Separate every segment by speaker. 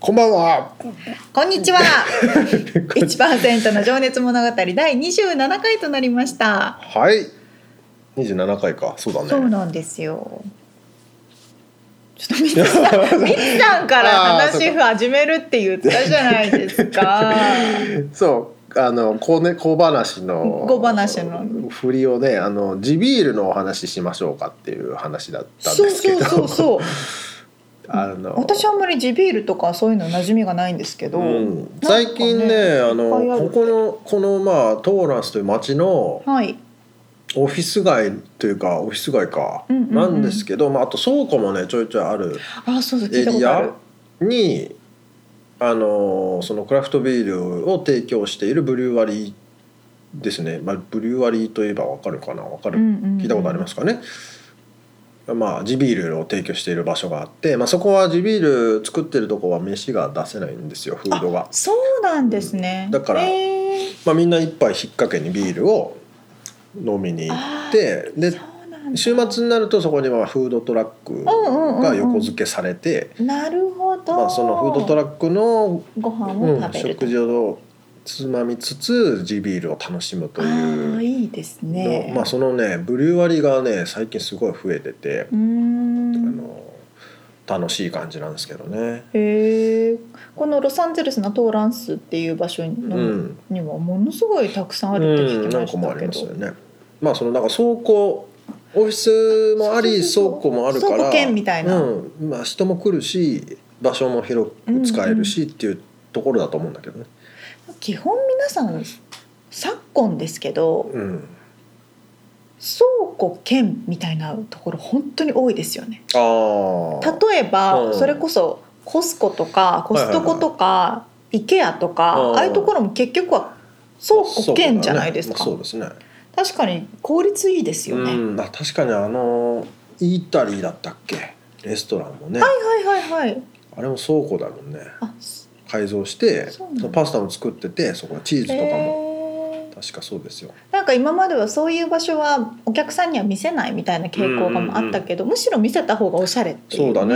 Speaker 1: こんばんは。
Speaker 2: こんにち は。1%の情熱物語第27回となりました。
Speaker 1: はい。二十七回か。そうだね。
Speaker 2: そうなんですよ。ちょっとミツさ ん、ミツさんから
Speaker 1: あーそう
Speaker 2: 話
Speaker 1: か
Speaker 2: 始めるって言ったじゃないですか。
Speaker 1: そうあの小ね小話の
Speaker 2: 小話の
Speaker 1: 振りをねあの地ビールのお話ししましょうかっていう話だったん
Speaker 2: そう
Speaker 1: ですけ
Speaker 2: そう
Speaker 1: ど。
Speaker 2: そうそう。
Speaker 1: あの
Speaker 2: 私あんまり地ビールとかそういうの馴染みがないんですけど。
Speaker 1: うん、最近ね
Speaker 2: い
Speaker 1: あ
Speaker 2: っぱいあ
Speaker 1: の
Speaker 2: る
Speaker 1: ここのこのまあトーランスという町の
Speaker 2: はい。
Speaker 1: オフィス街というかオフィス街か、
Speaker 2: うんうんうん
Speaker 1: なんですけど、まあ、あと倉庫もねちょいちょいある
Speaker 2: あ、そうそう聞
Speaker 1: エ
Speaker 2: いたこ
Speaker 1: リ
Speaker 2: とある。
Speaker 1: ア。にあのそのクラフトビールを提供しているブリュワリーですね、まあ、ブリュワリーといえばわかるかなわかる、聞いたことありますすかね、まあ、地ビールを提供している場所があって、まあ、そこは地ビール作ってるとこは飯が出せないんですよフードが、
Speaker 2: そうなんですね。
Speaker 1: だから
Speaker 2: へー
Speaker 1: まあ、みんな一杯引っ掛けにビールを飲みに行ってで
Speaker 2: そうなんだ
Speaker 1: 週末になるとそこにはフードトラック
Speaker 2: うんうんうんう
Speaker 1: が
Speaker 2: ん
Speaker 1: 横付けされて、
Speaker 2: なるほど。
Speaker 1: まあ、そのフードトラックの
Speaker 2: ご飯
Speaker 1: う
Speaker 2: を
Speaker 1: ん、
Speaker 2: 食べると。
Speaker 1: 食事をつまみつつ地ビールを楽しむと
Speaker 2: あ
Speaker 1: い
Speaker 2: あ
Speaker 1: う
Speaker 2: いいですね。
Speaker 1: のまあ、そのねブリュワリがね最近すごい増えてて、
Speaker 2: うー
Speaker 1: あ
Speaker 2: ん。
Speaker 1: の楽しい感じなんですけどね。
Speaker 2: へえ。このロサンゼルスのトーランスっていう場所に,、
Speaker 1: うん、
Speaker 2: にはものすごいたくさん
Speaker 1: う
Speaker 2: あるって聞
Speaker 1: ん、
Speaker 2: き
Speaker 1: な
Speaker 2: ま
Speaker 1: んか
Speaker 2: し
Speaker 1: も
Speaker 2: た
Speaker 1: あり
Speaker 2: け
Speaker 1: ます
Speaker 2: ど。
Speaker 1: よね。まあそのなんか倉庫オフィスもあり
Speaker 2: そうそうそう
Speaker 1: 倉庫もあるから
Speaker 2: 倉庫兼みたいな
Speaker 1: うんまあ、人も来るし場所も広く使えるしっていうところだと思うんだけどね。
Speaker 2: 基本皆さん昨今ですけど
Speaker 1: うん、
Speaker 2: 倉庫兼みたいなところ本当に多いですよね。
Speaker 1: ああ
Speaker 2: 例えば、
Speaker 1: うん
Speaker 2: それこそコスコとかコストコとか、イケアとか、
Speaker 1: うん
Speaker 2: ああいうところも結局は倉庫兼じゃないですか。
Speaker 1: そうだねまあそうですね。
Speaker 2: 確かに効率いいですよね。
Speaker 1: うん、あ確かにあのイータリーだったっけレストランもね、
Speaker 2: はいはいはいはい。
Speaker 1: あれも倉庫だもんね
Speaker 2: あ、
Speaker 1: 改造して
Speaker 2: そうなんだ
Speaker 1: そのパスタも作っててそこはチーズとかも、
Speaker 2: へー
Speaker 1: 確かそうですよ
Speaker 2: なんか今まではそういう場所はお客さんには見せないみたいな傾向がもあったけど、むしろ見せた方がおしゃれってい
Speaker 1: そう
Speaker 2: う,、
Speaker 1: だね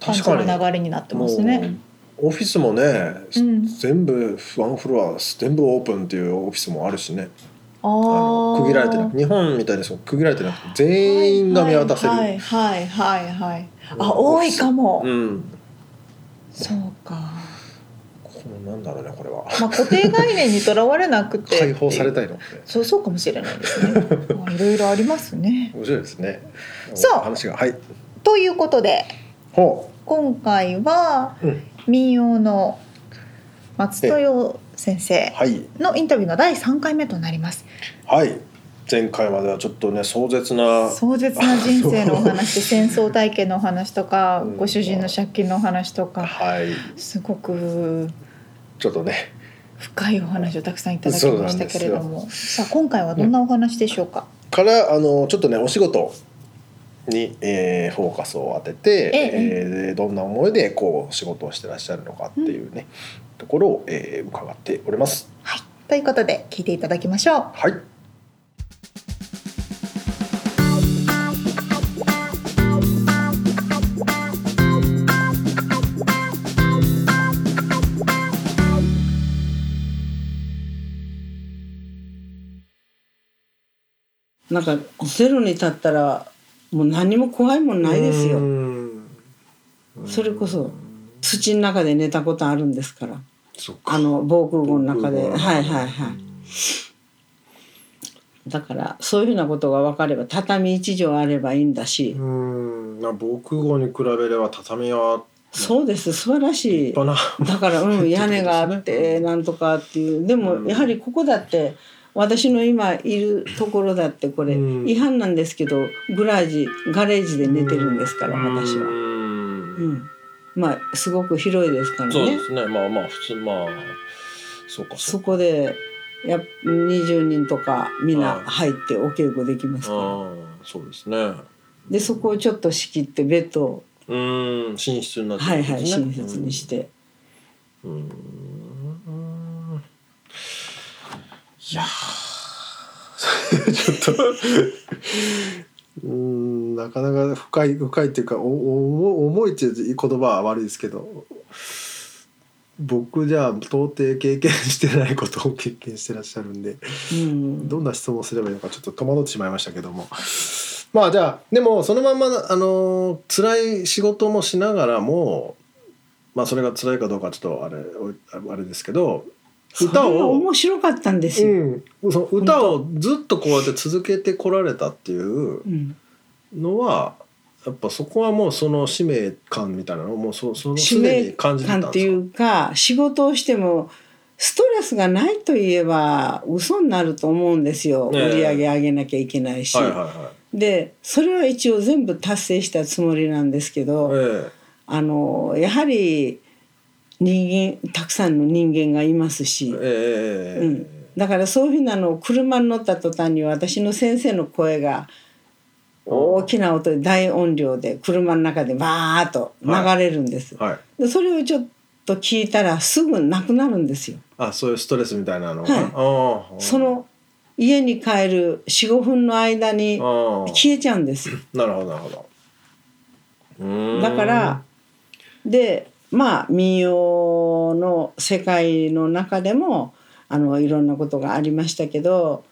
Speaker 2: 感
Speaker 1: 確
Speaker 2: じ
Speaker 1: か
Speaker 2: の
Speaker 1: に
Speaker 2: 流れになってますね。
Speaker 1: うオフィスもね、
Speaker 2: うん
Speaker 1: 全部ワンフロア全部オープンっていうオフィスもあるしね
Speaker 2: あ
Speaker 1: あの
Speaker 2: ー
Speaker 1: 区切られてなく日本みたいにそう区切られてなくて全員が見渡せる、
Speaker 2: はいはいはいはいはい。あ、
Speaker 1: うん
Speaker 2: 多いかも。
Speaker 1: うん
Speaker 2: そうか。
Speaker 1: このなんだろうねこれは
Speaker 2: まあ固定概念にとらわれなくて。
Speaker 1: 解放され
Speaker 2: た。
Speaker 1: たいのこれ
Speaker 2: そうそうかもしれないです ね。あいろいろありますね。
Speaker 1: 面白いですね
Speaker 2: そう
Speaker 1: 話がはい
Speaker 2: ということで
Speaker 1: ほ
Speaker 2: 今回は
Speaker 1: う、うん、
Speaker 2: 民謡の松豊先生
Speaker 1: はい
Speaker 2: のインタビューの第3回目となります
Speaker 1: はい前回まではちょっとね壮絶な
Speaker 2: 壮絶な人生のお話戦争体験のお話と か
Speaker 1: うん
Speaker 2: ご主人の借金のお話とか
Speaker 1: はい
Speaker 2: すごく
Speaker 1: ちょっとね
Speaker 2: 深いお話をたくさんいただきましたけれど
Speaker 1: そう
Speaker 2: もさあ今回はどんなお話でしょうか、
Speaker 1: からあのちょっとねお仕事に、えーフォーカスを当てて、
Speaker 2: え
Speaker 1: えーどんな思いでこう仕事をしてらっしゃるのかっていうね、ところを、えー伺っております。
Speaker 2: はい、ということで聞いていただきましょう
Speaker 1: はい
Speaker 3: なんかゼロに立ったらもう何も怖いもんないですよ。それこそ土の中で寝たことあるんですからあの防空壕の中ではいはいはい。だからそういうふうなことが分かれば畳一畳あればいいんだし、
Speaker 1: うんな防空壕に比べれば畳は
Speaker 3: そうです素晴らしい
Speaker 1: 立派な
Speaker 3: だから、う
Speaker 1: てことです
Speaker 3: ん、
Speaker 1: ね
Speaker 3: 屋根があってなんとかっていうで
Speaker 1: うん
Speaker 3: もやはりここだって私の今いるところだってこれ
Speaker 1: うん
Speaker 3: 違反なんですけどグラージガレージで寝てるんですから
Speaker 1: うん
Speaker 3: 私は、う
Speaker 1: うん
Speaker 3: ん、まあすごく広いですから
Speaker 1: そう
Speaker 3: ね
Speaker 1: ですねまあまあ普通まあそうか
Speaker 3: そう
Speaker 1: か
Speaker 3: こでやっ20人とかみんな
Speaker 1: うん
Speaker 3: 入ってお稽古できますから
Speaker 1: ああそうですね
Speaker 3: でそこをちょっと仕切ってベッドを
Speaker 1: うん寝室になって
Speaker 3: はいはい
Speaker 1: るんで
Speaker 3: 親
Speaker 1: すね
Speaker 3: 切にして
Speaker 1: うんうんいやー ちょっとうんなかなか深い深いっていうかおお重いっていう言葉は悪いですけど僕じゃあ到底経験してないことを経験してらっしゃるんで
Speaker 3: うん
Speaker 1: どんな質問をすればいいのかちょっと戸惑ってしまいましたけどもまあじゃあでもそのまんまあの辛い仕事もしながらもまあそれが辛いかどうかはちょっとあれおあれですけど歌
Speaker 3: それが
Speaker 1: を、
Speaker 3: 面白かったんですよ、
Speaker 1: うん、その歌をずっとこうやって続けてこられたっていう
Speaker 3: うん
Speaker 1: のはやっぱそこはもうその使命感みたいなのをもうそその
Speaker 3: 使
Speaker 1: すで
Speaker 3: 命
Speaker 1: に感じてたん
Speaker 3: 感
Speaker 1: で
Speaker 3: っ
Speaker 1: す
Speaker 3: てい
Speaker 1: か
Speaker 3: うか仕事をしてもストレスがないといえば嘘になると思うんですよ、
Speaker 1: ええ
Speaker 3: 売り上げ上げなきゃいけないし、
Speaker 1: はいは
Speaker 3: でそれは一応全部達成したつもりなんですけど、
Speaker 1: いはい。え
Speaker 3: あのやはり人間たくさんの人間がいますし
Speaker 1: え、ええええ
Speaker 3: うん、だからそういうふうなのを車に乗った途端に私の先生の声が大きな音で大音量で車の中でバーッと流れるんです。
Speaker 1: はい。
Speaker 3: でそれをちょっと聞いたらすぐなくなるんですよ。
Speaker 1: あそういうストレスみたいなのが、
Speaker 3: はい
Speaker 1: ああ
Speaker 3: その家に帰る45分の間に
Speaker 1: ああ
Speaker 3: 消えちゃうんですよ。
Speaker 1: なるほどなるほどうーん
Speaker 3: だからでまあ民謡の世界の中でもあのいろんなことがありましたけど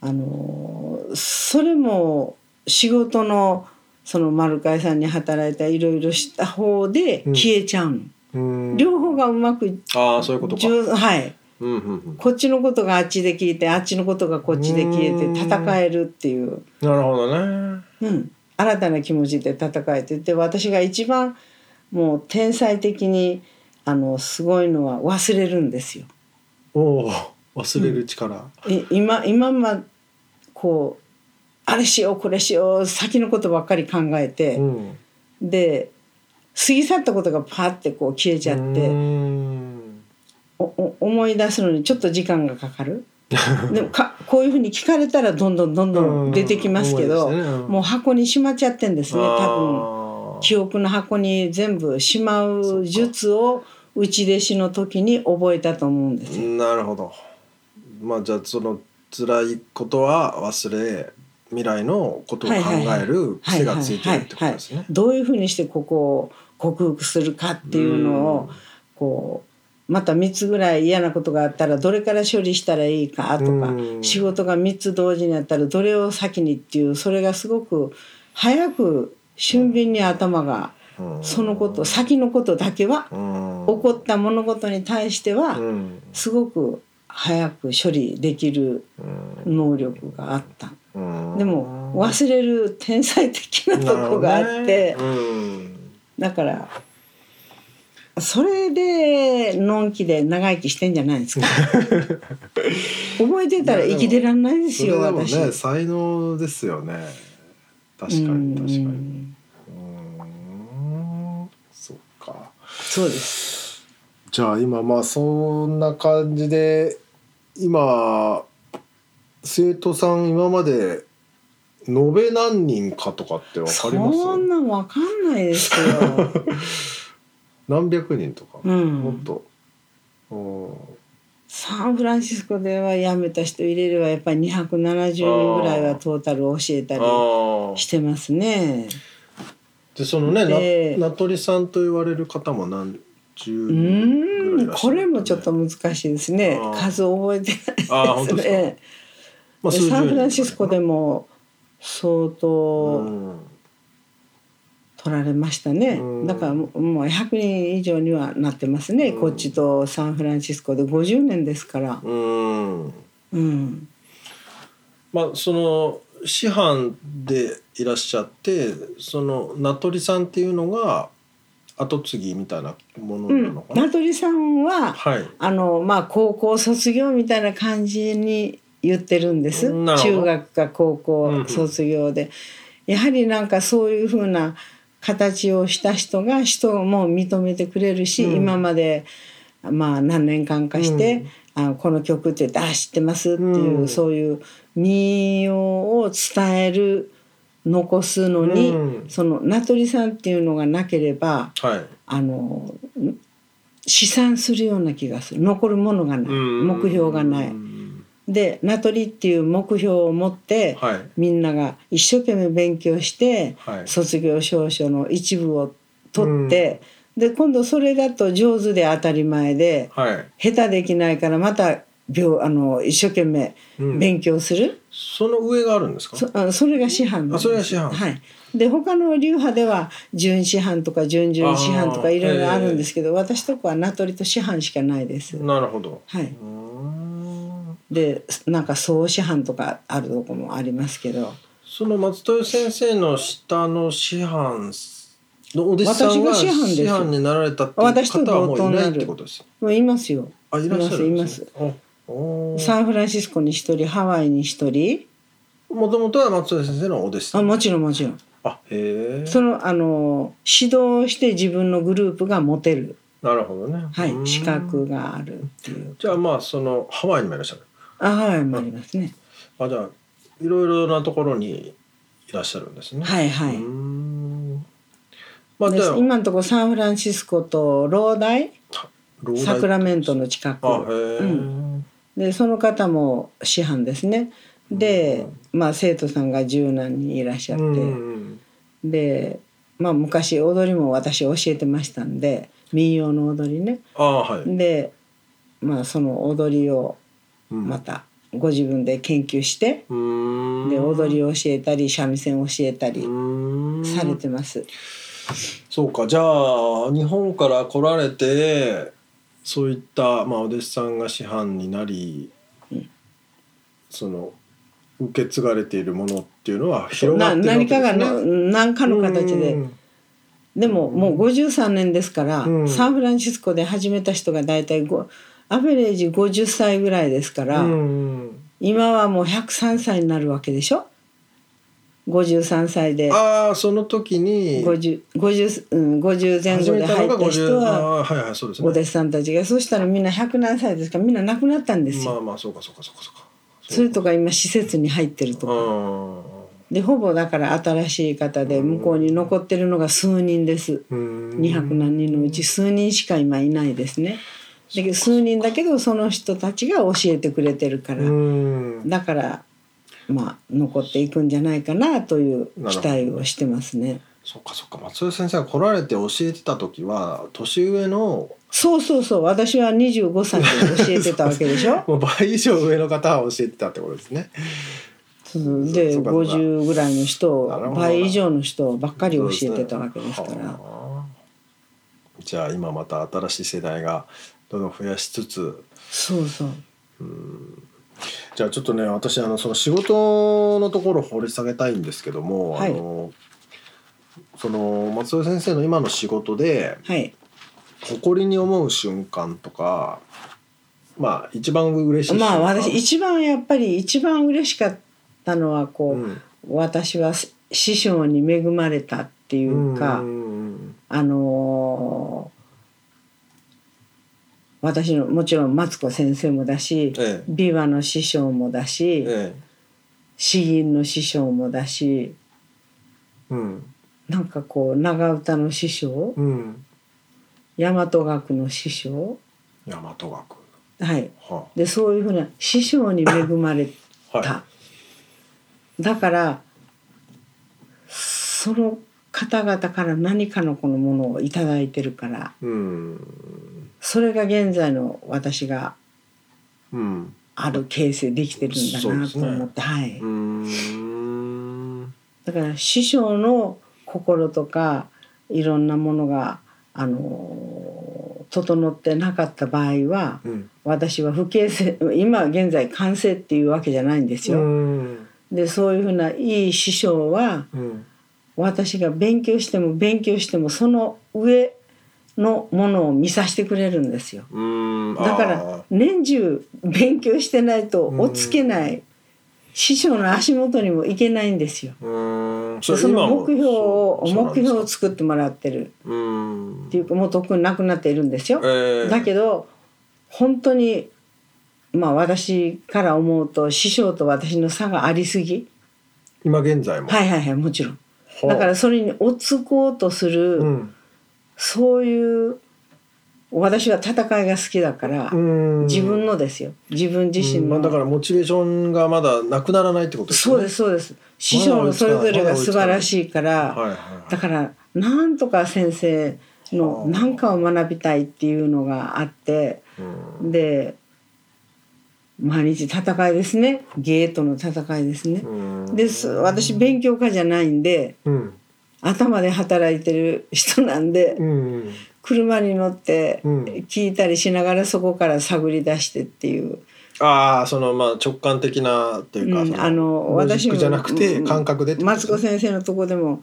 Speaker 3: あのそれも仕事のその丸会さんに働いたいろいろした方で消えちゃうの、
Speaker 1: うん
Speaker 3: 両方がうまく
Speaker 1: ああそういうことか
Speaker 3: じゅうはい
Speaker 1: うんうんうん
Speaker 3: こっちのことがあっちで聞いてあっちのことがこっちで聞
Speaker 1: うーん
Speaker 3: いて戦えるっていう、
Speaker 1: なるほどね
Speaker 3: うん、新たな気持ちで戦えてで私が一番もう天才的にあのすごいのは忘れるんですよ。
Speaker 1: おお忘れる力、
Speaker 3: い今今まこうあれしようこれしよう先のことばっかり考え
Speaker 1: う
Speaker 3: て、
Speaker 1: ん
Speaker 3: で過ぎ去ったことがパッてこう消えちゃっ
Speaker 1: うー
Speaker 3: て
Speaker 1: ん
Speaker 3: おお思い出すのにちょっと時間がかかる。でもかこういうふうに聞かれたらどんどんどんどん出てきますけど、もう箱にしまっちゃってんですね多分記
Speaker 1: 憶
Speaker 3: 憶の箱に全部しまう術をうち弟子の時に覚えたと思うんですよ。
Speaker 1: なるほどまあじゃあその辛いことは忘れ未来のことを考える癖がついてるってことですね
Speaker 3: どういうふうにしてここを克服するかっていうのをこうまた3つぐらい嫌なことがあったらどれから処理したらいいかとか
Speaker 1: うん
Speaker 3: 仕事が3つ同時にあったらどれを先にっていうそれがすごく早く俊敏に頭が
Speaker 1: うん
Speaker 3: そのこと先のことだけは
Speaker 1: うん
Speaker 3: 起こった物事に対して
Speaker 1: う
Speaker 3: は
Speaker 1: ん
Speaker 3: すごく早く処理できる能力があった。
Speaker 1: うん
Speaker 3: でも忘れる天才的なとこがあっ
Speaker 1: な
Speaker 3: て
Speaker 1: る、ほどねうん
Speaker 3: だからそれでのんきで長生きしてんじゃない ですか覚えてたら生きてらんないです
Speaker 1: それ
Speaker 3: よ
Speaker 1: でも
Speaker 3: 私
Speaker 1: ね才能ですよね確か
Speaker 3: うん
Speaker 1: に確かにうんそっか
Speaker 3: そうです
Speaker 1: じゃあ今まあそんな感じで今生徒さん今まで延べ何人かとかってわかりま
Speaker 3: そん
Speaker 1: す
Speaker 3: なんわかんないですよ、
Speaker 1: 何百人とか、
Speaker 3: う
Speaker 1: もっ
Speaker 3: ん、
Speaker 1: とうん
Speaker 3: サンフランシスコでは辞めた人入れればやっぱり270人ぐらいはトータル教えたり
Speaker 1: あ
Speaker 3: してますね
Speaker 1: でそのね
Speaker 3: で
Speaker 1: な名取さんと言われる方も何十
Speaker 3: う
Speaker 1: 人ぐらいい
Speaker 3: ん
Speaker 1: らっしゃ
Speaker 3: こ
Speaker 1: る
Speaker 3: れもちょっと難しいですね
Speaker 1: あー
Speaker 3: 数覚えてないです
Speaker 1: あー本当ですか
Speaker 3: ね
Speaker 1: まあ数十人
Speaker 3: サンフランシスコでも相
Speaker 1: う
Speaker 3: 当
Speaker 1: ん
Speaker 3: 取られましたね、
Speaker 1: うん
Speaker 3: だからもうもう100人以上にはなってますね、
Speaker 1: うん
Speaker 3: こっちとサンフランシスコで50年ですから、
Speaker 1: うん
Speaker 3: うん、
Speaker 1: まあその師範でいらっしゃってその名取さんっていうのが後継ぎみたいなもの
Speaker 3: う
Speaker 1: なんのかな、
Speaker 3: 名取さんは
Speaker 1: はい
Speaker 3: あのまあ高校卒業みたいな感じに言ってるんです
Speaker 1: なるほど
Speaker 3: 中学か高
Speaker 1: うんう
Speaker 3: 校
Speaker 1: ん
Speaker 3: 卒業で、やはりなんかそういうふうな形をした人が人をもう認めてくれるし、
Speaker 1: うん
Speaker 3: 今までまあ何年間かして、あこの曲って言って「あ知ってます」っていう、
Speaker 1: うん
Speaker 3: そういう民謡を伝える残すのに、
Speaker 1: うん
Speaker 3: その名取さんっていうのがなければ
Speaker 1: はい
Speaker 3: あのん試算するような気がする残るものがない目標がな
Speaker 1: う
Speaker 3: い
Speaker 1: ん
Speaker 3: で名取っていう目標を持って、
Speaker 1: はい
Speaker 3: みんなが一生懸命勉強して、
Speaker 1: はい
Speaker 3: 卒業証書の一部を取って、で今度それだと上手で当たり前で
Speaker 1: はい、
Speaker 3: 下手できないからまた病あの一生懸命
Speaker 1: うん
Speaker 3: 勉強する、
Speaker 1: その上があるんですか
Speaker 3: そあそれが師範なんで
Speaker 1: あ
Speaker 3: す
Speaker 1: それが師範
Speaker 3: はい、で他の流派では準師範とか準々師範と
Speaker 1: あ
Speaker 3: か
Speaker 1: ー
Speaker 3: いろいろあるんですけど、私とこは名取と師範しかないです、
Speaker 1: なるほど
Speaker 3: は
Speaker 1: う
Speaker 3: い、
Speaker 1: ーん
Speaker 3: でなんか総師範とかあるとこもありますけど
Speaker 1: その松任先生の下の師範のお弟子さん
Speaker 3: 私
Speaker 1: が
Speaker 3: が師範です
Speaker 1: 師範になられたっていう方はもういないってことです
Speaker 3: もういますよ
Speaker 1: あいらっしゃるんです、ね、
Speaker 3: い
Speaker 1: いますおお
Speaker 3: サンフランシスコに一人ハワイに一人
Speaker 1: もともとは松任先生のお弟子さ
Speaker 3: あ
Speaker 1: ん
Speaker 3: もちろんもちろん
Speaker 1: あへえ
Speaker 3: そのあの指導して自分のグループが持てる、
Speaker 1: なるほどね
Speaker 3: は
Speaker 1: うーん
Speaker 3: い、資格があるっていう
Speaker 1: じゃあまあそのハワイにもいらっしゃる
Speaker 3: あハワイもありますね
Speaker 1: あじゃあいろいろなところにいらっしゃるんですね
Speaker 3: はいは
Speaker 1: う
Speaker 3: い、
Speaker 1: ーんまあ
Speaker 3: で
Speaker 1: じゃあ
Speaker 3: 今のところサンフランシスコとローダイ
Speaker 1: 老大
Speaker 3: サクラメントの近く
Speaker 1: あへえ、
Speaker 3: うんでその方も師範ですねで、まあ、生徒さんが十何人いらっしゃって、
Speaker 1: うん
Speaker 3: で、まあ、昔踊りも私教えてましたんで民謡の踊りね
Speaker 1: あはい、
Speaker 3: で、まあ、その踊りを
Speaker 1: うん
Speaker 3: またご自分で研究して
Speaker 1: うーん
Speaker 3: で踊りを教えたり三味線を教えたり
Speaker 1: を
Speaker 3: されてます。
Speaker 1: そうかじゃあ日本から来られてそういった、まあ、お弟子さんが師範になり、
Speaker 3: うん
Speaker 1: その受け継がれているものっていうのは広が
Speaker 3: な
Speaker 1: ってるわけ
Speaker 3: 何かが
Speaker 1: です
Speaker 3: の
Speaker 1: ね
Speaker 3: 何かの形で
Speaker 1: うん
Speaker 3: でももう53年ですから、
Speaker 1: うん
Speaker 3: サンフランシスコで始めた人が大体ごアベレージ50歳ぐらいですから、
Speaker 1: うん
Speaker 3: 今はもう103歳になるわけでしょ53歳で
Speaker 1: ああその時に
Speaker 3: 50, 50,、うん、50前
Speaker 1: 始
Speaker 3: 後
Speaker 1: め
Speaker 3: で
Speaker 1: たの
Speaker 3: 入っ
Speaker 1: が
Speaker 3: た人
Speaker 1: 50
Speaker 3: は
Speaker 1: あーはいはいそうです
Speaker 3: お
Speaker 1: ね
Speaker 3: 弟子さんたちがそうしたらみんな100何歳ですからみんな亡くなったんですよ。
Speaker 1: まあまあそうかそうかそうかそうか
Speaker 3: それとか今施設に入ってると
Speaker 1: う
Speaker 3: か
Speaker 1: ん
Speaker 3: でほぼだから新しい方で向こうに残ってるのが数人です。
Speaker 1: うん
Speaker 3: 200何人のうち数人しか今いないですね。だけど数人だけどその人たちが教えてくれてるから、
Speaker 1: うん
Speaker 3: だからまあ残っていくんじゃないかなという
Speaker 1: なる
Speaker 3: 期
Speaker 1: ほど
Speaker 3: 待をしてますね。
Speaker 1: そっかそっか松尾先生が来られて教えてた時は年上の
Speaker 3: そうそうそう私は25歳で教えてたわけで しょ
Speaker 1: もう倍以上上の方は教えてたってことですね。
Speaker 3: そうで
Speaker 1: そうかそうか
Speaker 3: 50ぐらいの人
Speaker 1: なるほ
Speaker 3: を
Speaker 1: どな
Speaker 3: 倍以上の人ばっかり教えてたわけですか
Speaker 1: そう
Speaker 3: ら
Speaker 1: ね。はあじゃあ今また新しい世代がどんどん増やしつつ
Speaker 3: そうそう
Speaker 1: じゃあちょっとね私あのその仕事のところを掘り下げたいんですけども、
Speaker 3: はい
Speaker 1: あのその松尾先生の今の仕事で
Speaker 3: はい
Speaker 1: 誇りに思う瞬間とかまあ一番嬉しい瞬
Speaker 3: ま
Speaker 1: 間
Speaker 3: あ私一番やっぱり一番嬉しかったのはこう、
Speaker 1: うん
Speaker 3: 私は師匠に恵まれたっていうか、
Speaker 1: うん
Speaker 3: あのー私のもちろんマツコ先生もだし
Speaker 1: ええ
Speaker 3: 琵琶の師匠もだし
Speaker 1: ええ
Speaker 3: 詩吟の師匠もだし
Speaker 1: うん
Speaker 3: なんかこう長唄の師匠
Speaker 1: うん
Speaker 3: 大和学の師匠
Speaker 1: 大和学は
Speaker 3: はい
Speaker 1: あ
Speaker 3: でそういうふうな師匠に恵まれ
Speaker 1: はい
Speaker 3: た、だからその方々から何かのこのものを頂いただいてるから
Speaker 1: うん
Speaker 3: それが現在の私が
Speaker 1: うん
Speaker 3: ある形成できてるんだなと思って、はいう
Speaker 1: ーん
Speaker 3: だから師匠の心とかいろんなものがあのー整ってなかった場合は
Speaker 1: うん
Speaker 3: 私は不形成今現在完成っていうわけじゃないんです
Speaker 1: う
Speaker 3: よ。
Speaker 1: ん
Speaker 3: でそういうふうないい師匠は
Speaker 1: うん
Speaker 3: 私が勉強しても勉強してもその上のものを見させてくれるんですよ。
Speaker 1: うん
Speaker 3: だ
Speaker 1: あ
Speaker 3: か
Speaker 1: ー
Speaker 3: ら年中勉強してないと追っつけない師匠の足元にも行けないんですよ。
Speaker 1: うん
Speaker 3: そ
Speaker 1: れ
Speaker 3: の
Speaker 1: 今も
Speaker 3: 目標を
Speaker 1: そうそう
Speaker 3: 目
Speaker 1: なんですか
Speaker 3: 標を作ってもらってる
Speaker 1: うん
Speaker 3: っていうかもうとっくになくなっているんですよ。
Speaker 1: ええ
Speaker 3: だけど本当にまあ私から思うと師匠と私の差がありすぎ
Speaker 1: 今現在も、
Speaker 3: はいはいはいもちろん
Speaker 1: ほう
Speaker 3: だからそれに追っつこうとする、
Speaker 1: うん
Speaker 3: そういう私は戦いが好きだから、
Speaker 1: うん
Speaker 3: 自分のですよ自分自身
Speaker 1: う
Speaker 3: の、
Speaker 1: んまあ、だからモチベーションがまだなくならないってことです
Speaker 3: そう
Speaker 1: よ
Speaker 3: で
Speaker 1: ね
Speaker 3: すそうです師匠のそれぞれが素晴らしいから、
Speaker 1: はいはい
Speaker 3: だからなんとか先生の
Speaker 1: はあ
Speaker 3: 何かを学びたいっていうのがあって
Speaker 1: うん
Speaker 3: で毎日戦いですねゲートの戦いですね。
Speaker 1: うん
Speaker 3: です私勉強家じゃないんで
Speaker 1: うん
Speaker 3: 頭で働いてる人なんで
Speaker 1: うん
Speaker 3: 車に乗って
Speaker 1: うん
Speaker 3: 聞いたりしながらそこから探り出してっていう、
Speaker 1: ああそのまあ直感的なというか、
Speaker 3: うん
Speaker 1: そ
Speaker 3: あの
Speaker 1: ロジッ
Speaker 3: 私
Speaker 1: ク
Speaker 3: も
Speaker 1: じゃなくて
Speaker 3: うん
Speaker 1: 感覚でってこと
Speaker 3: マ
Speaker 1: で
Speaker 3: ツ
Speaker 1: す
Speaker 3: コ
Speaker 1: ね
Speaker 3: 先生のとこでも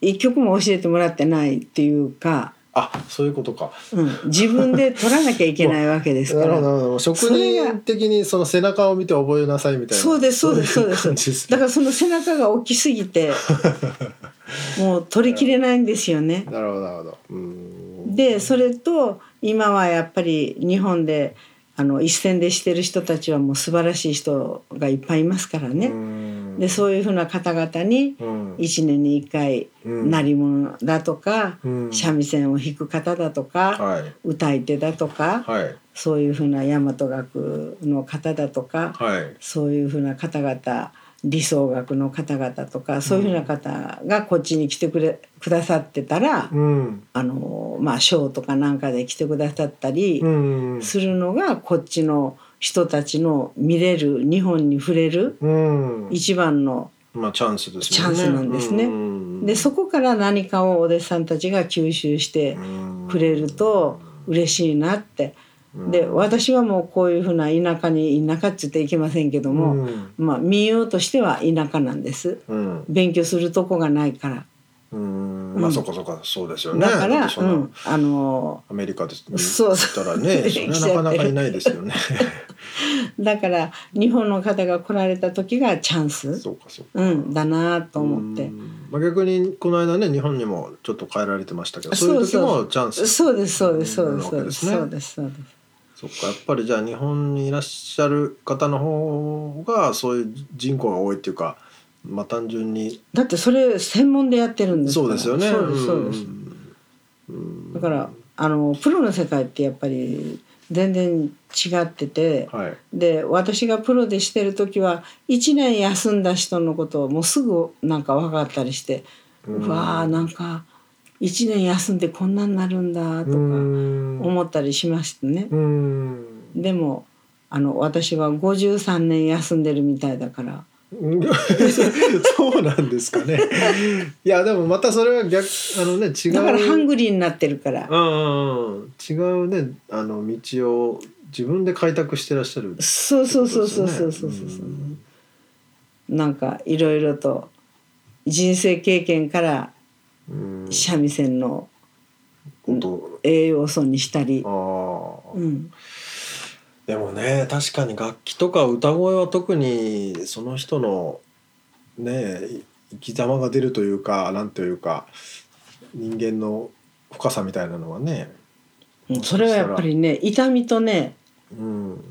Speaker 3: 一曲も教えてもらってないっていうか、
Speaker 1: あそういうことか
Speaker 3: うん、自分で取らなきゃいけないわけですか
Speaker 1: なるほどな
Speaker 3: ら。
Speaker 1: るほど職人的にその背中を見て覚えなさいみたいな
Speaker 3: そうですそうですそうで
Speaker 1: い感
Speaker 3: す
Speaker 1: じです
Speaker 3: だからその背中が大きすぎ てもう取りきれないんですよね。
Speaker 1: なるほどなるほどうん
Speaker 3: でそれと今はやっぱり日本であの一線でしてる人たちはもう素晴らしい人がいっぱいいますからね。
Speaker 1: ね
Speaker 3: でそういうふうな方々に
Speaker 1: うん
Speaker 3: 1年に1回
Speaker 1: うん
Speaker 3: 鳴り物だとか
Speaker 1: うん
Speaker 3: 三味線を弾く方だとか
Speaker 1: はい
Speaker 3: 歌い手だとか
Speaker 1: はい
Speaker 3: そういうふうな大和学の方だとか
Speaker 1: はい
Speaker 3: そういうふうな方々理想学の方々とかそういうふうな方がこっちに来てくれくださってたら、
Speaker 1: うん
Speaker 3: あのまあショーとかなんかで来てくださったり
Speaker 1: うん
Speaker 3: するのがこっちの人たちの見れる日本に触れる
Speaker 1: うん
Speaker 3: 一番の
Speaker 1: まあチャンスです
Speaker 3: チャンスなんですねでそこから何かをお弟子さんたちが吸収してくれると嬉しいなってで私はもうこういうふうな田舎に田舎って言っていけませんけども、
Speaker 1: う
Speaker 3: まあ民謡としては田舎なんです
Speaker 1: うん
Speaker 3: 勉強するとこがないから
Speaker 1: うんまあそこそこそうですよね
Speaker 3: だから、
Speaker 1: そ
Speaker 3: うん、
Speaker 1: なん
Speaker 3: あの
Speaker 1: アメリカですね
Speaker 3: そう
Speaker 1: 行
Speaker 3: そ
Speaker 1: っ
Speaker 3: う
Speaker 1: たら ねそれはなかなかいないですよね
Speaker 3: だから日本の方が来られた時がチャンス、
Speaker 1: そうかそうか
Speaker 3: うん、だなと思って
Speaker 1: うんまあ逆にこの間ね日本にもちょっと変えられてましたけどそういう時もチャンス
Speaker 3: そうですそうですそう
Speaker 1: う
Speaker 3: で
Speaker 1: ん
Speaker 3: すそうです
Speaker 1: なるわけ
Speaker 3: そうですそうです
Speaker 1: そっかやっぱりじゃあ日本にいらっしゃる方の方がそういう人口が多いっていうかまあ単純に
Speaker 3: だってそれ専門でやってるんですか
Speaker 1: そ
Speaker 3: ら
Speaker 1: うですよね
Speaker 3: そうですそうです、
Speaker 1: んうん
Speaker 3: だからあのプロの世界ってやっぱり全然違ってて、
Speaker 1: はい
Speaker 3: で私がプロでしてる時は1年休んだ人のことをもうすぐなんか分かったりして、うわあなんか1年休んでこんなになるんだとか
Speaker 1: 思
Speaker 3: 思ったりしましたね
Speaker 1: う、ん
Speaker 3: でもあの私は53年休んでるみたいだから
Speaker 1: うん そうなんですかねいやでもまたそれは逆あのね違う
Speaker 3: だからハングリーになってるから、
Speaker 1: うんうんうん違うねあの道を自分で開拓してらっしゃる
Speaker 3: そうそうそうそうそうそうそうそう、
Speaker 1: ん
Speaker 3: なんかいろいろと人生経験から
Speaker 1: うん
Speaker 3: 三味線の
Speaker 1: こと
Speaker 3: 栄養素にしたり
Speaker 1: あ、あ
Speaker 3: うん、
Speaker 1: でもね確かに楽器とか歌声は特にその人のねい生き様が出るというかなんというか人間の深さみたいなのはね、
Speaker 3: それはやっぱりね痛みとね、
Speaker 1: うん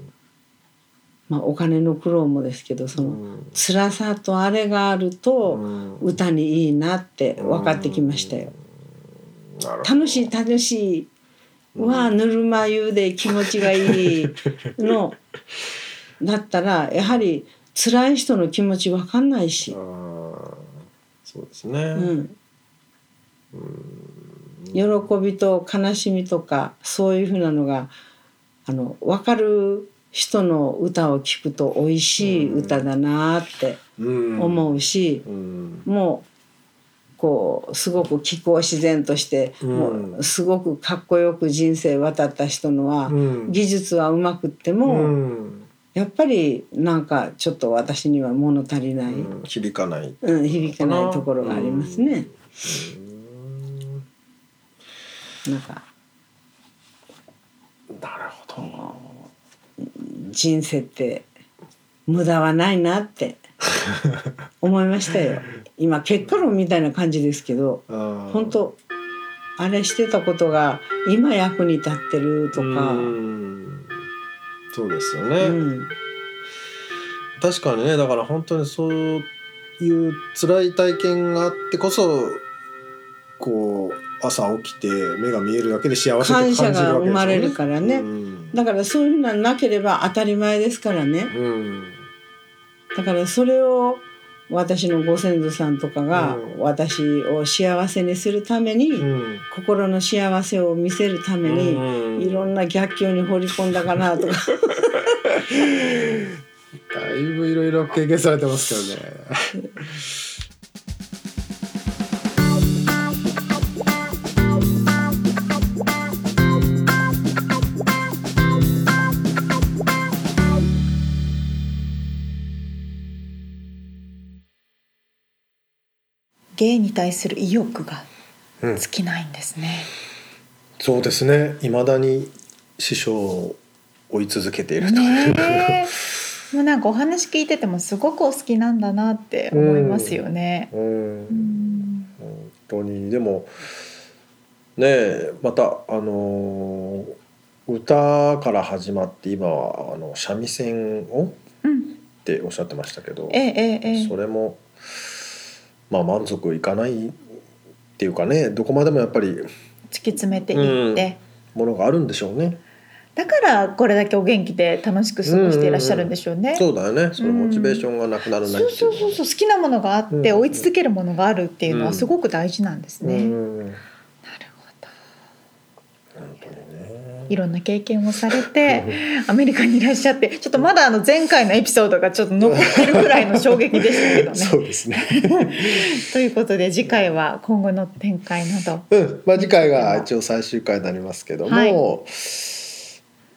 Speaker 3: まあ、お金の苦労もですけどその
Speaker 1: うん
Speaker 3: 辛さとあれがあると
Speaker 1: うん
Speaker 3: 歌にいいなって分かってきましたよ。
Speaker 1: なるほど
Speaker 3: 楽しい楽しいはぬるま湯で気持ちがいい のだったらやはり辛い人の気持ち分かんないし
Speaker 1: あ、ーそうですね、
Speaker 3: うん、
Speaker 1: うん
Speaker 3: 喜びと悲しみとかそういうふうなのがあの分かる人の歌を聴くと美味しい歌だなって
Speaker 1: うん
Speaker 3: 思うし、
Speaker 1: うん
Speaker 3: もうこうすごく気候自然として、
Speaker 1: うん
Speaker 3: もうすごくかっこよく人生渡った人のは、
Speaker 1: うん
Speaker 3: 技術はうまくっても、
Speaker 1: うん
Speaker 3: やっぱりなんかちょっと私には物足りない、うん
Speaker 1: 響かない
Speaker 3: 響かないところがありますね。
Speaker 1: うん
Speaker 3: なんか
Speaker 1: なるほど
Speaker 3: 人生って無駄はないなって思いまし たよ今結果論みたいな感じですけど
Speaker 1: あー
Speaker 3: 本当あれしてたことが今役に立ってるとか、
Speaker 1: うんそうですよね、
Speaker 3: うん
Speaker 1: 確かにねだから本当にそういう辛い体験があってこそこう朝起きて目が見えるだけで幸せって感じるわけですよね
Speaker 3: 感謝が生まれるからね
Speaker 1: うん
Speaker 3: だからそういうのはなければ当たり前ですからね
Speaker 1: うん
Speaker 3: だからそれを私のご先祖さんとかが
Speaker 1: うん
Speaker 3: 私を幸せにするために、
Speaker 1: うん
Speaker 3: 心の幸せを見せるために、
Speaker 1: うん
Speaker 3: いろんな逆境に放り込んだかなとか
Speaker 1: だいぶいろいろ経験されてますけどね
Speaker 2: 芸に対する意欲が
Speaker 1: うん
Speaker 2: 尽きないんですね、
Speaker 1: そうですねいまだに師匠を追い続けているという、
Speaker 2: ねえもうなんかお話聞いててもすごくお好きなんだなって思いますよね、
Speaker 1: うん
Speaker 2: うん
Speaker 1: 本当にでもねえまたあのー歌から始まって今はあの三味線を
Speaker 2: うん、
Speaker 1: っておっしゃってましたけど
Speaker 2: えええええ
Speaker 1: それもまあ満足いかないっていうかねどこまでもやっぱり
Speaker 2: 突き詰めていって、
Speaker 1: ものがあるんでしょうね。
Speaker 2: だからこれだけお元気で楽しく過ごしていらっしゃるんでしょうね、
Speaker 1: そうだよねそのモチベーションがなくならない
Speaker 2: そう
Speaker 1: ってい
Speaker 2: そう
Speaker 1: う
Speaker 2: そうそう好きなものがあって
Speaker 1: うん
Speaker 2: 追い続けるものがあるっていうの
Speaker 1: う
Speaker 2: は
Speaker 1: ん
Speaker 2: すごく大事なんです
Speaker 1: ね
Speaker 2: ね、なるほど
Speaker 1: 本当に
Speaker 2: い
Speaker 1: ね
Speaker 2: ろんな経験をされてアメリカにいらっしゃってちょっとまだあの前回のエピソードがちょっと残ってるくらいの衝撃でしたけどね
Speaker 1: そうですね。
Speaker 2: ということで次回は今後の展開な ど
Speaker 1: うん、まあ、次回が一応最終回になりますけども。
Speaker 2: はい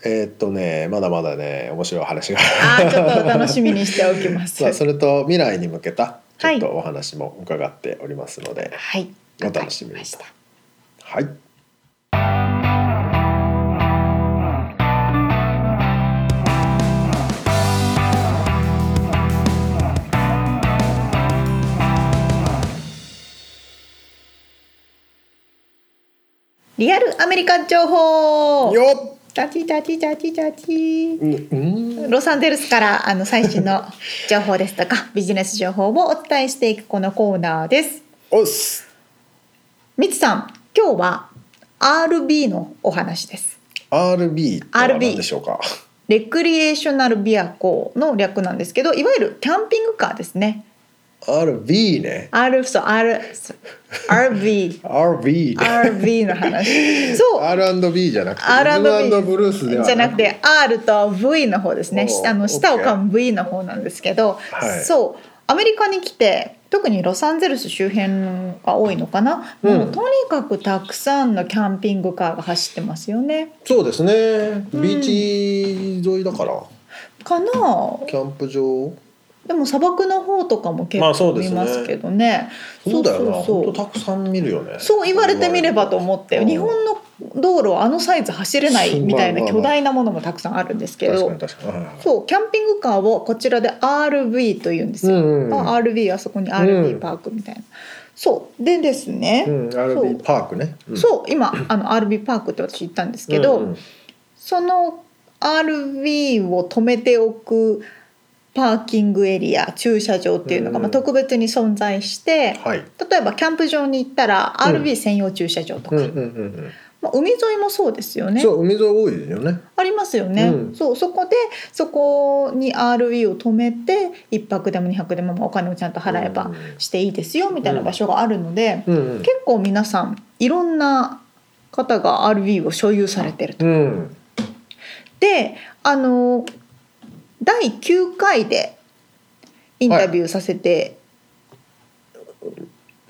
Speaker 1: えーっとね、まだまだね、面白い話が。
Speaker 2: あーちょっとお楽しみにしておきます
Speaker 1: さあ、 それと未来に向けた、ち
Speaker 2: は
Speaker 1: ょ
Speaker 2: い
Speaker 1: っとお話も伺っておりますので。
Speaker 2: はい
Speaker 1: お楽しみに
Speaker 2: わかりました
Speaker 1: はい。
Speaker 2: リアルアメリカ情報
Speaker 1: よ
Speaker 2: チャチチャチチャチチャチ
Speaker 1: っ。うん。
Speaker 2: ロサンゼルスからあの最新の情報ですとかビジネス情報をお伝えしていくこのコーナーです。
Speaker 1: おっす。
Speaker 2: みつさん、今日は RB のお話です。
Speaker 1: R. B. は
Speaker 2: RB
Speaker 1: 何でしょうか。
Speaker 2: レクリエーショナルビアコーの略なんですけど、いわゆるキャンピングカーですね。
Speaker 1: R. B. ね。
Speaker 2: R そう R そう RB
Speaker 1: R. B. ね。
Speaker 2: RB の話。そう。
Speaker 1: R. and B. じゃなくて。
Speaker 2: R&B
Speaker 1: リズムブルースでは
Speaker 2: じゃなく。て R と V の方ですね
Speaker 1: おー
Speaker 2: あの
Speaker 1: OK
Speaker 2: 下を噛む V の方なんですけど、
Speaker 1: はい
Speaker 2: そうアメリカに来て特にロサンゼルス周辺が多いのかな、
Speaker 1: うん
Speaker 2: もうとにかくたくさんのキャンピングカーが走ってますよね。
Speaker 1: そうですね。ビーチ沿いだから。
Speaker 2: かな
Speaker 1: キャンプ場。
Speaker 2: でも砂漠の方とかも結
Speaker 1: まあ
Speaker 2: 構
Speaker 1: そうで
Speaker 2: 見
Speaker 1: すね
Speaker 2: ますけどね。
Speaker 1: そうだよな。
Speaker 2: そう
Speaker 1: 本
Speaker 2: そう
Speaker 1: 当たくさん見るよね。
Speaker 2: そう言われてみればと思って
Speaker 1: うん
Speaker 2: 日本の道路はあのサイズ走れないみたいな
Speaker 1: まあまあま
Speaker 2: 巨
Speaker 1: あ
Speaker 2: 大なものもたくさんあるんですけど
Speaker 1: 確かに確かにはいはいはい。
Speaker 2: そうキャンピングカーをこちらで RV というんですよ、
Speaker 1: うんうん
Speaker 2: まあ RV あそこに RV パークみたいな、そうでですね、
Speaker 1: うん、
Speaker 2: そう
Speaker 1: RV パークね。うん
Speaker 2: そう今あの RV パークって私言ったんですけど、
Speaker 1: うんうん
Speaker 2: その RV を止めておくパーキングエリア駐車場っていうのが、
Speaker 1: うん
Speaker 2: まあ、特別に存在して、
Speaker 1: はい。
Speaker 2: 例えばキャンプ場に行ったら
Speaker 1: うん
Speaker 2: RV 専用駐車場とか、
Speaker 1: うんうんうん
Speaker 2: まあ、海沿いもそうですよ
Speaker 1: うん。
Speaker 2: ね
Speaker 1: そう、海沿い多いよね。
Speaker 2: ありますよね、
Speaker 1: うん
Speaker 2: そうそこでそこに RV を止めて1泊でも2泊でもまあお金をちゃんと払えばしていいですよみたいな場所があるので、
Speaker 1: うん。うん
Speaker 2: 結構皆さんいろんな方が RV を所有されてると。
Speaker 1: うん。うん。
Speaker 2: であの第9回でインタビューさせて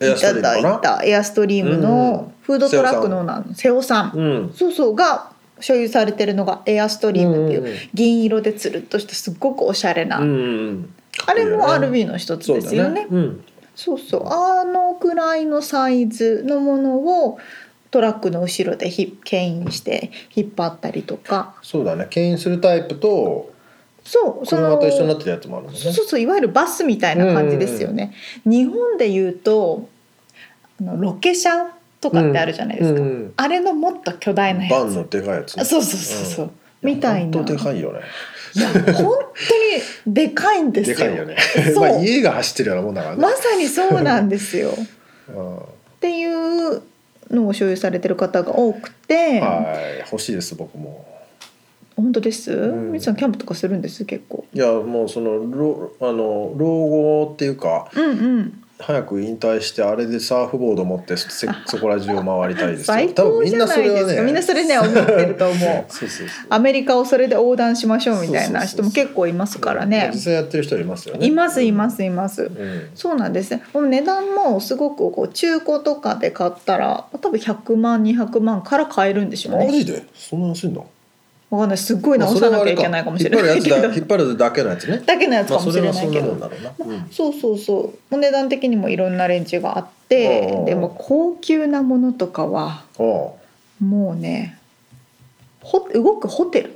Speaker 1: エア
Speaker 2: い
Speaker 1: スト
Speaker 2: た
Speaker 1: リ
Speaker 2: だ
Speaker 1: ームかない
Speaker 2: たエアストリームのフードトラックのオーナーの瀬尾さん
Speaker 1: うん
Speaker 2: そうそうが所有されてるのがエアストリームって
Speaker 1: うんうんう
Speaker 2: い
Speaker 1: ん
Speaker 2: う銀色でつるっとしたすっごくおしゃれな、
Speaker 1: うんうん
Speaker 2: あれも
Speaker 1: かっこいい
Speaker 2: RB
Speaker 1: よね
Speaker 2: の一つ
Speaker 1: そう
Speaker 2: で
Speaker 1: だ
Speaker 2: すよね
Speaker 1: ねうん
Speaker 2: そうそうあのくらいのサイズのものをトラックの後ろでひ牽引して引っ張ったりとか
Speaker 1: そうだね牽引するタイプと
Speaker 2: そうそ
Speaker 1: 車
Speaker 2: の
Speaker 1: と一緒になってるやつもあるもんね
Speaker 2: そうそうそういわゆるバスみたいな感じですよね。日本で言うとあのロケ車とかってあるじゃないですか、
Speaker 1: うんうん
Speaker 2: あれのもっと巨大なやつ
Speaker 1: バンのでかいやつね、
Speaker 2: そうそうそうそう、
Speaker 1: うんや
Speaker 2: みたいな
Speaker 1: 本当でかいよね
Speaker 2: いや本当にでかいんです
Speaker 1: で
Speaker 2: よ
Speaker 1: かいよね
Speaker 2: そう
Speaker 1: まあ家が走ってるようなもんだからね、
Speaker 2: まさにそうなんですよっ
Speaker 1: うん
Speaker 2: ていうのを所有されてる方が多くて、
Speaker 1: はい欲しいです僕も
Speaker 2: 本当です、
Speaker 1: うん
Speaker 2: みつさんキャンプとかするんです結構
Speaker 1: いやもうその老あの老後っていうか
Speaker 2: うんうん
Speaker 1: 早く引退してあれでサーフボード持ってせ そこら中を回りたいですよ
Speaker 2: 最
Speaker 1: 多分
Speaker 2: 高
Speaker 1: み
Speaker 2: じ
Speaker 1: ん
Speaker 2: ゃ
Speaker 1: な
Speaker 2: な
Speaker 1: そ
Speaker 2: いで
Speaker 1: れは
Speaker 2: す
Speaker 1: ね
Speaker 2: かみんなそれね思ってると思う
Speaker 1: そうそうそう
Speaker 2: アメリカをそれで横断しましょうみたいな
Speaker 1: そ
Speaker 2: 人
Speaker 1: うそうそうそ
Speaker 2: も
Speaker 1: う
Speaker 2: 結構いますからね
Speaker 1: 実際やってる人いますよね
Speaker 2: いますいますいます
Speaker 1: うん
Speaker 2: そうなんですねもう値段もすごくこう中古とかで買ったら多分100万200万から買えるんでしょう
Speaker 1: マ
Speaker 2: ね
Speaker 1: ジでそんな安いんだ
Speaker 2: わかんないすっごい
Speaker 1: まあ
Speaker 2: 直
Speaker 1: そ
Speaker 2: さ
Speaker 1: れは
Speaker 2: なきゃ
Speaker 1: あれ
Speaker 2: いけないかもしれ
Speaker 1: 引っ張
Speaker 2: な
Speaker 1: るや
Speaker 2: い
Speaker 1: つ
Speaker 2: け
Speaker 1: だ
Speaker 2: ど
Speaker 1: 引っ張るだけのやつね
Speaker 2: だけのやつ
Speaker 1: まあ
Speaker 2: かも
Speaker 1: そ
Speaker 2: し
Speaker 1: れ
Speaker 2: れ
Speaker 1: は
Speaker 2: な
Speaker 1: そ
Speaker 2: い
Speaker 1: んな
Speaker 2: け
Speaker 1: も
Speaker 2: ど
Speaker 1: んだろうな、うん
Speaker 2: そうそうそうお値段的にもいろんなレンジがあって
Speaker 1: うんうん
Speaker 2: でも高級なものとかは
Speaker 1: お
Speaker 2: もうねほ動くホテ ル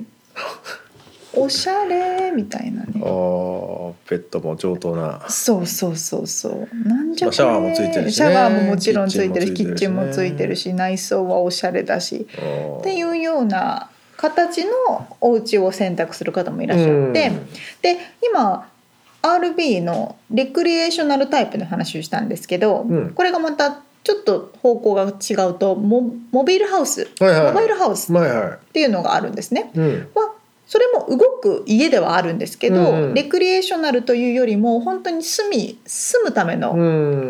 Speaker 2: おしゃれみたいな
Speaker 1: う
Speaker 2: ね
Speaker 1: おうペットも上等な
Speaker 2: そうそうそうそうなんじゃ
Speaker 1: まあシャワーもついてるしね
Speaker 2: シャワーももちろんついてるしキ
Speaker 1: キ
Speaker 2: ッ
Speaker 1: ッ
Speaker 2: チ
Speaker 1: チ
Speaker 2: ン
Speaker 1: ン
Speaker 2: も
Speaker 1: も
Speaker 2: つ
Speaker 1: つ
Speaker 2: い
Speaker 1: い
Speaker 2: て
Speaker 1: て
Speaker 2: る
Speaker 1: る
Speaker 2: し内装はおしゃれだし
Speaker 1: っ
Speaker 2: っていうような形のお家を選択する方もいらっしゃって、で今 RB のレクリエーショナルタイプの話をしたんですけど、
Speaker 1: うん
Speaker 2: これがまたちょっと方向が違うとモモビルハウス
Speaker 1: はいはい
Speaker 2: モバイルハウス
Speaker 1: はいは
Speaker 2: っていうのがあるんですね。
Speaker 1: い、うん、
Speaker 2: はそれも動く家ではあるんですけど、
Speaker 1: うんうん
Speaker 2: レクリエーショナルというよりも本当に住み住むための
Speaker 1: う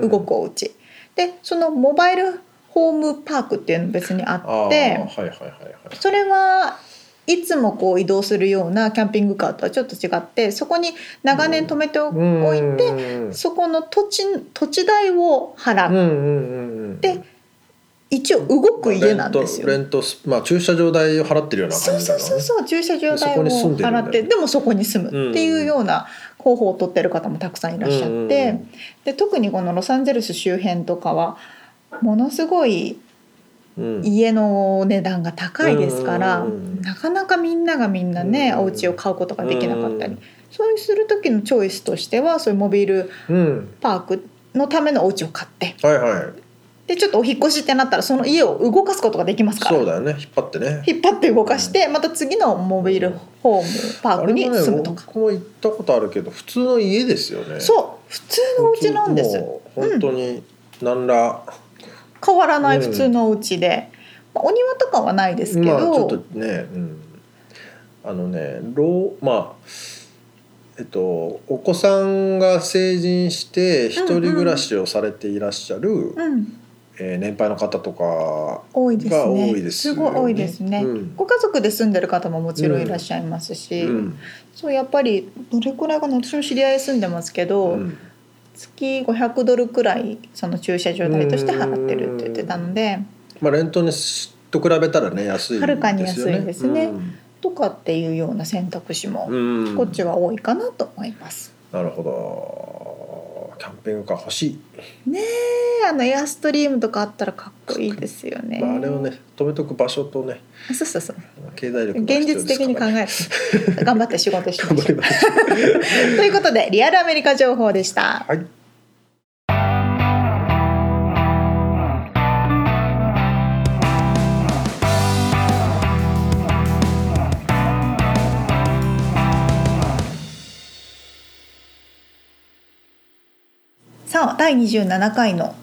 Speaker 1: ん
Speaker 2: 動くお家、でそのモバイルホームパークっていうの別にあって
Speaker 1: あーはいはいはいはい
Speaker 2: それはいつもこう移動するようなキャンピングカーとはちょっと違ってそこに長年止めておいて、
Speaker 1: て
Speaker 2: そこの土地土地代を
Speaker 1: うん
Speaker 2: 払う、
Speaker 1: うんうんうん
Speaker 2: で一応動く家なんですよ。
Speaker 1: レントレントスまあ駐車場代を払ってるような
Speaker 2: そ
Speaker 1: 感
Speaker 2: う
Speaker 1: じ
Speaker 2: そ
Speaker 1: だ
Speaker 2: う
Speaker 1: からね
Speaker 2: そうそう駐車場代を
Speaker 1: そこに住んでるんだ
Speaker 2: 払っ
Speaker 1: よ
Speaker 2: てでもそこに住むっていうような候補を取ってる方もたくさんいらっしゃって、
Speaker 1: うんうんうん
Speaker 2: で特にこのロサンゼルス周辺とかはものすごい
Speaker 1: うん
Speaker 2: 家の値段が高いですから、
Speaker 1: うんうんうん
Speaker 2: なかなかみんながみんなね、
Speaker 1: うんうん
Speaker 2: お家を買うことができなかったり、
Speaker 1: うん
Speaker 2: そういうする時のチョイスとしてはそういうモビル
Speaker 1: うん
Speaker 2: パークのためのお家を買って
Speaker 1: はいはい
Speaker 2: でちょっとお引っ越しってなったらその家を動かすことができますから
Speaker 1: そうだよね引っ張ってね
Speaker 2: 引っ張って動かしてまた次のモビルホームパークに
Speaker 1: あれもね
Speaker 2: 住むとか、
Speaker 1: 僕も行ったことあるけど普通の家ですよね
Speaker 2: そう普通のお家なんです
Speaker 1: もう本当に何ら、
Speaker 2: 変わらない普通のお家で、まあ、お庭とかはないですけど、
Speaker 1: まあちょっとね、うん、あのね老まあえっとお子さんが成人して一人暮らしをされていらっしゃる、
Speaker 2: うん
Speaker 1: えー年配の方とか
Speaker 2: 多いですね
Speaker 1: が多いですよね
Speaker 2: ごい多いですね、
Speaker 1: うん
Speaker 2: ご家族で住んでる方ももちろんいらっしゃいますし、
Speaker 1: うん
Speaker 2: そうやっぱりどれくらいかな私の知り合い住んでますけど、
Speaker 1: うん
Speaker 2: 月500ドルくらいその駐車場代として払ってるって言ってたので
Speaker 1: まあレントにしと比べたらね安いですよね
Speaker 2: はるかに安いですね
Speaker 1: うん
Speaker 2: とかっていうような選択肢も、
Speaker 1: うん
Speaker 2: こっちは多いかなと思います。
Speaker 1: なるほどキャンピングカー欲しい、
Speaker 2: ねえあのエアストリームとかあったらかっこいいですよね。
Speaker 1: まあ、あれをね止めとく場所とね
Speaker 2: あそうそうそう。
Speaker 1: 経済力が
Speaker 2: 現
Speaker 1: 必要で
Speaker 2: 実
Speaker 1: すか
Speaker 2: 的に考
Speaker 1: らね
Speaker 2: え る。頑張って仕事しま
Speaker 1: 頑張
Speaker 2: しょ
Speaker 1: り
Speaker 2: う。
Speaker 1: ます
Speaker 2: ということでリアルアメリカ情報でした。
Speaker 1: はい
Speaker 2: さあ第27回の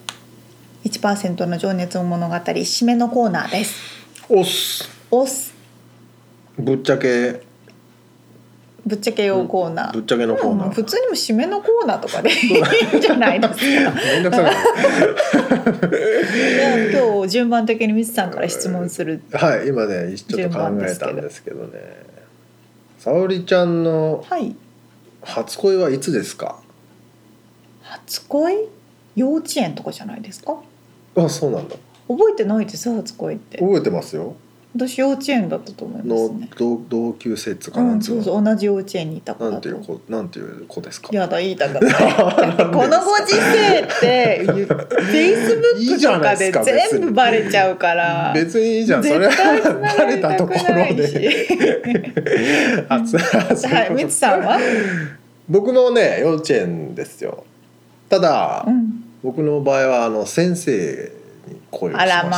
Speaker 2: 1%の情熱を物語締めのコーナーです。
Speaker 1: おっす
Speaker 2: オス
Speaker 1: ぶっちゃけ
Speaker 2: ぶっちゃけ用コーナー。
Speaker 1: ぶっちゃけのコーナ
Speaker 2: もう普
Speaker 1: ー
Speaker 2: 通にも締めのコーナーとかでいいんじゃないですか。
Speaker 1: めんどくさい
Speaker 2: じゃあ今日順番的にミツさんから質問する。
Speaker 1: なはい今ねちょっと考えたんですけどね沙織ちゃんの
Speaker 2: はい。
Speaker 1: 初恋はいつですか
Speaker 2: 初恋？幼稚園とかじゃないですか
Speaker 1: あそうなんだ
Speaker 2: 覚えてないです初恋って
Speaker 1: 覚えてますよ
Speaker 2: 私幼稚園だったと思います
Speaker 1: の
Speaker 2: ね
Speaker 1: 同同級生っつう
Speaker 2: う
Speaker 1: かなん
Speaker 2: ん、
Speaker 1: つう
Speaker 2: そうそ
Speaker 1: の
Speaker 2: う同じ幼稚園にいた子
Speaker 1: な
Speaker 2: だ
Speaker 1: んて
Speaker 2: と
Speaker 1: いう子なんていう子ですか
Speaker 2: やだ言いたかった
Speaker 1: なんで
Speaker 2: このご時世ってフェイス
Speaker 1: い
Speaker 2: ブッ
Speaker 1: い
Speaker 2: ク
Speaker 1: じゃ
Speaker 2: と
Speaker 1: ない
Speaker 2: か
Speaker 1: で
Speaker 2: です
Speaker 1: か
Speaker 2: 全部バレちゃうから
Speaker 1: 別にいいじゃんそれ
Speaker 2: 絶対
Speaker 1: は
Speaker 2: 繋
Speaker 1: バ
Speaker 2: が
Speaker 1: レ
Speaker 2: りた
Speaker 1: たと
Speaker 2: く
Speaker 1: こ
Speaker 2: な
Speaker 1: ろ
Speaker 2: い
Speaker 1: で
Speaker 2: し
Speaker 1: あつそう
Speaker 2: はい
Speaker 1: いうこと
Speaker 2: みつさんは、
Speaker 1: 僕もね幼稚園ですよただ、
Speaker 2: うん、
Speaker 1: 僕の場合はあの先生に声をしま
Speaker 2: あ
Speaker 1: した
Speaker 2: らま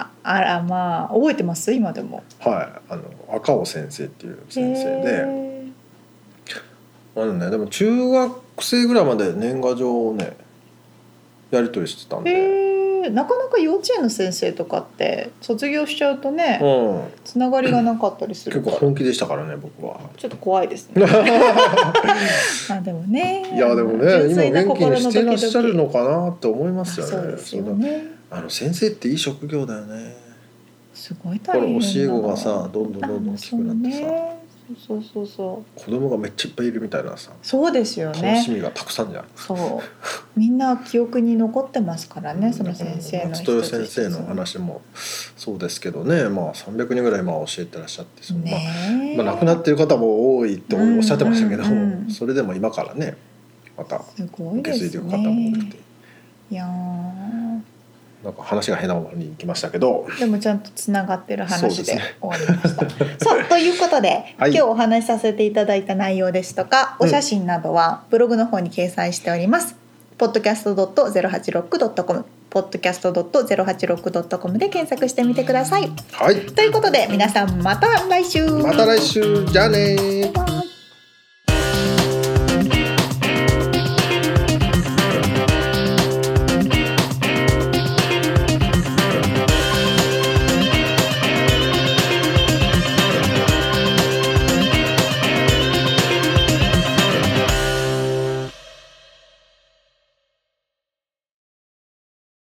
Speaker 2: ああらまあ覚えてます今でも
Speaker 1: はいあの赤尾先生っていう先生
Speaker 2: へ
Speaker 1: で
Speaker 2: ー
Speaker 1: あのねでも中学生ぐらいまで年賀状をねやり取りしてたんで、
Speaker 2: へーなかなか幼稚園の先生とかって卒業しちゃうとね、
Speaker 1: うん、
Speaker 2: つながりがなかったりす
Speaker 1: 結
Speaker 2: るか
Speaker 1: 構
Speaker 2: ら
Speaker 1: 本気でしたからね僕は。
Speaker 2: ちょっと怖いです ねまあでもね
Speaker 1: いやでもね
Speaker 2: 純
Speaker 1: 今
Speaker 2: 粋な
Speaker 1: 元気に
Speaker 2: 心の
Speaker 1: してらっしゃる
Speaker 2: ドキドキ
Speaker 1: のかなって思いますよね。
Speaker 2: そうですよ
Speaker 1: そんな
Speaker 2: ね
Speaker 1: あの先生っていい職業だよね。
Speaker 2: すごい大
Speaker 1: この
Speaker 2: 変
Speaker 1: 教
Speaker 2: な
Speaker 1: え子がさどんどんどんどん大きくなってさ、
Speaker 2: あそうねそうそうそうそう
Speaker 1: 子供がめっちゃいっぱいいるみたいなさ
Speaker 2: そうですよ
Speaker 1: 楽し
Speaker 2: ね
Speaker 1: みがたくさんじゃん。
Speaker 2: そうみんな記憶に残ってますからねその先生の
Speaker 1: 松
Speaker 2: 一
Speaker 1: 任谷
Speaker 2: つ一
Speaker 1: 先
Speaker 2: つ
Speaker 1: 生の話もそうですけどね、まあ、300人ぐらい今教えてらっしゃってその、
Speaker 2: ねえ
Speaker 1: まあ、まあ亡くなってる方も多いとおっしゃってましたけど、
Speaker 2: うんうんうん
Speaker 1: それでも今からねまた
Speaker 2: すごい
Speaker 1: 受
Speaker 2: で
Speaker 1: け継い
Speaker 2: す
Speaker 1: でいく
Speaker 2: ね
Speaker 1: 方も多くて、
Speaker 2: いやー
Speaker 1: なんか話が変なものに行きましたけど
Speaker 2: でもちゃんとつながってる
Speaker 1: そう
Speaker 2: 話
Speaker 1: です
Speaker 2: で
Speaker 1: ね
Speaker 2: 終わりました。そうということで、
Speaker 1: はい
Speaker 2: 今日お話しさせていただいた内容ですとかお写真などはブログの方に掲載しております。podcast.086.com podcast.086.com で検索してみてください。
Speaker 1: はい
Speaker 2: ということで皆さんまた来週
Speaker 1: また来週じゃあねー
Speaker 2: バイバイ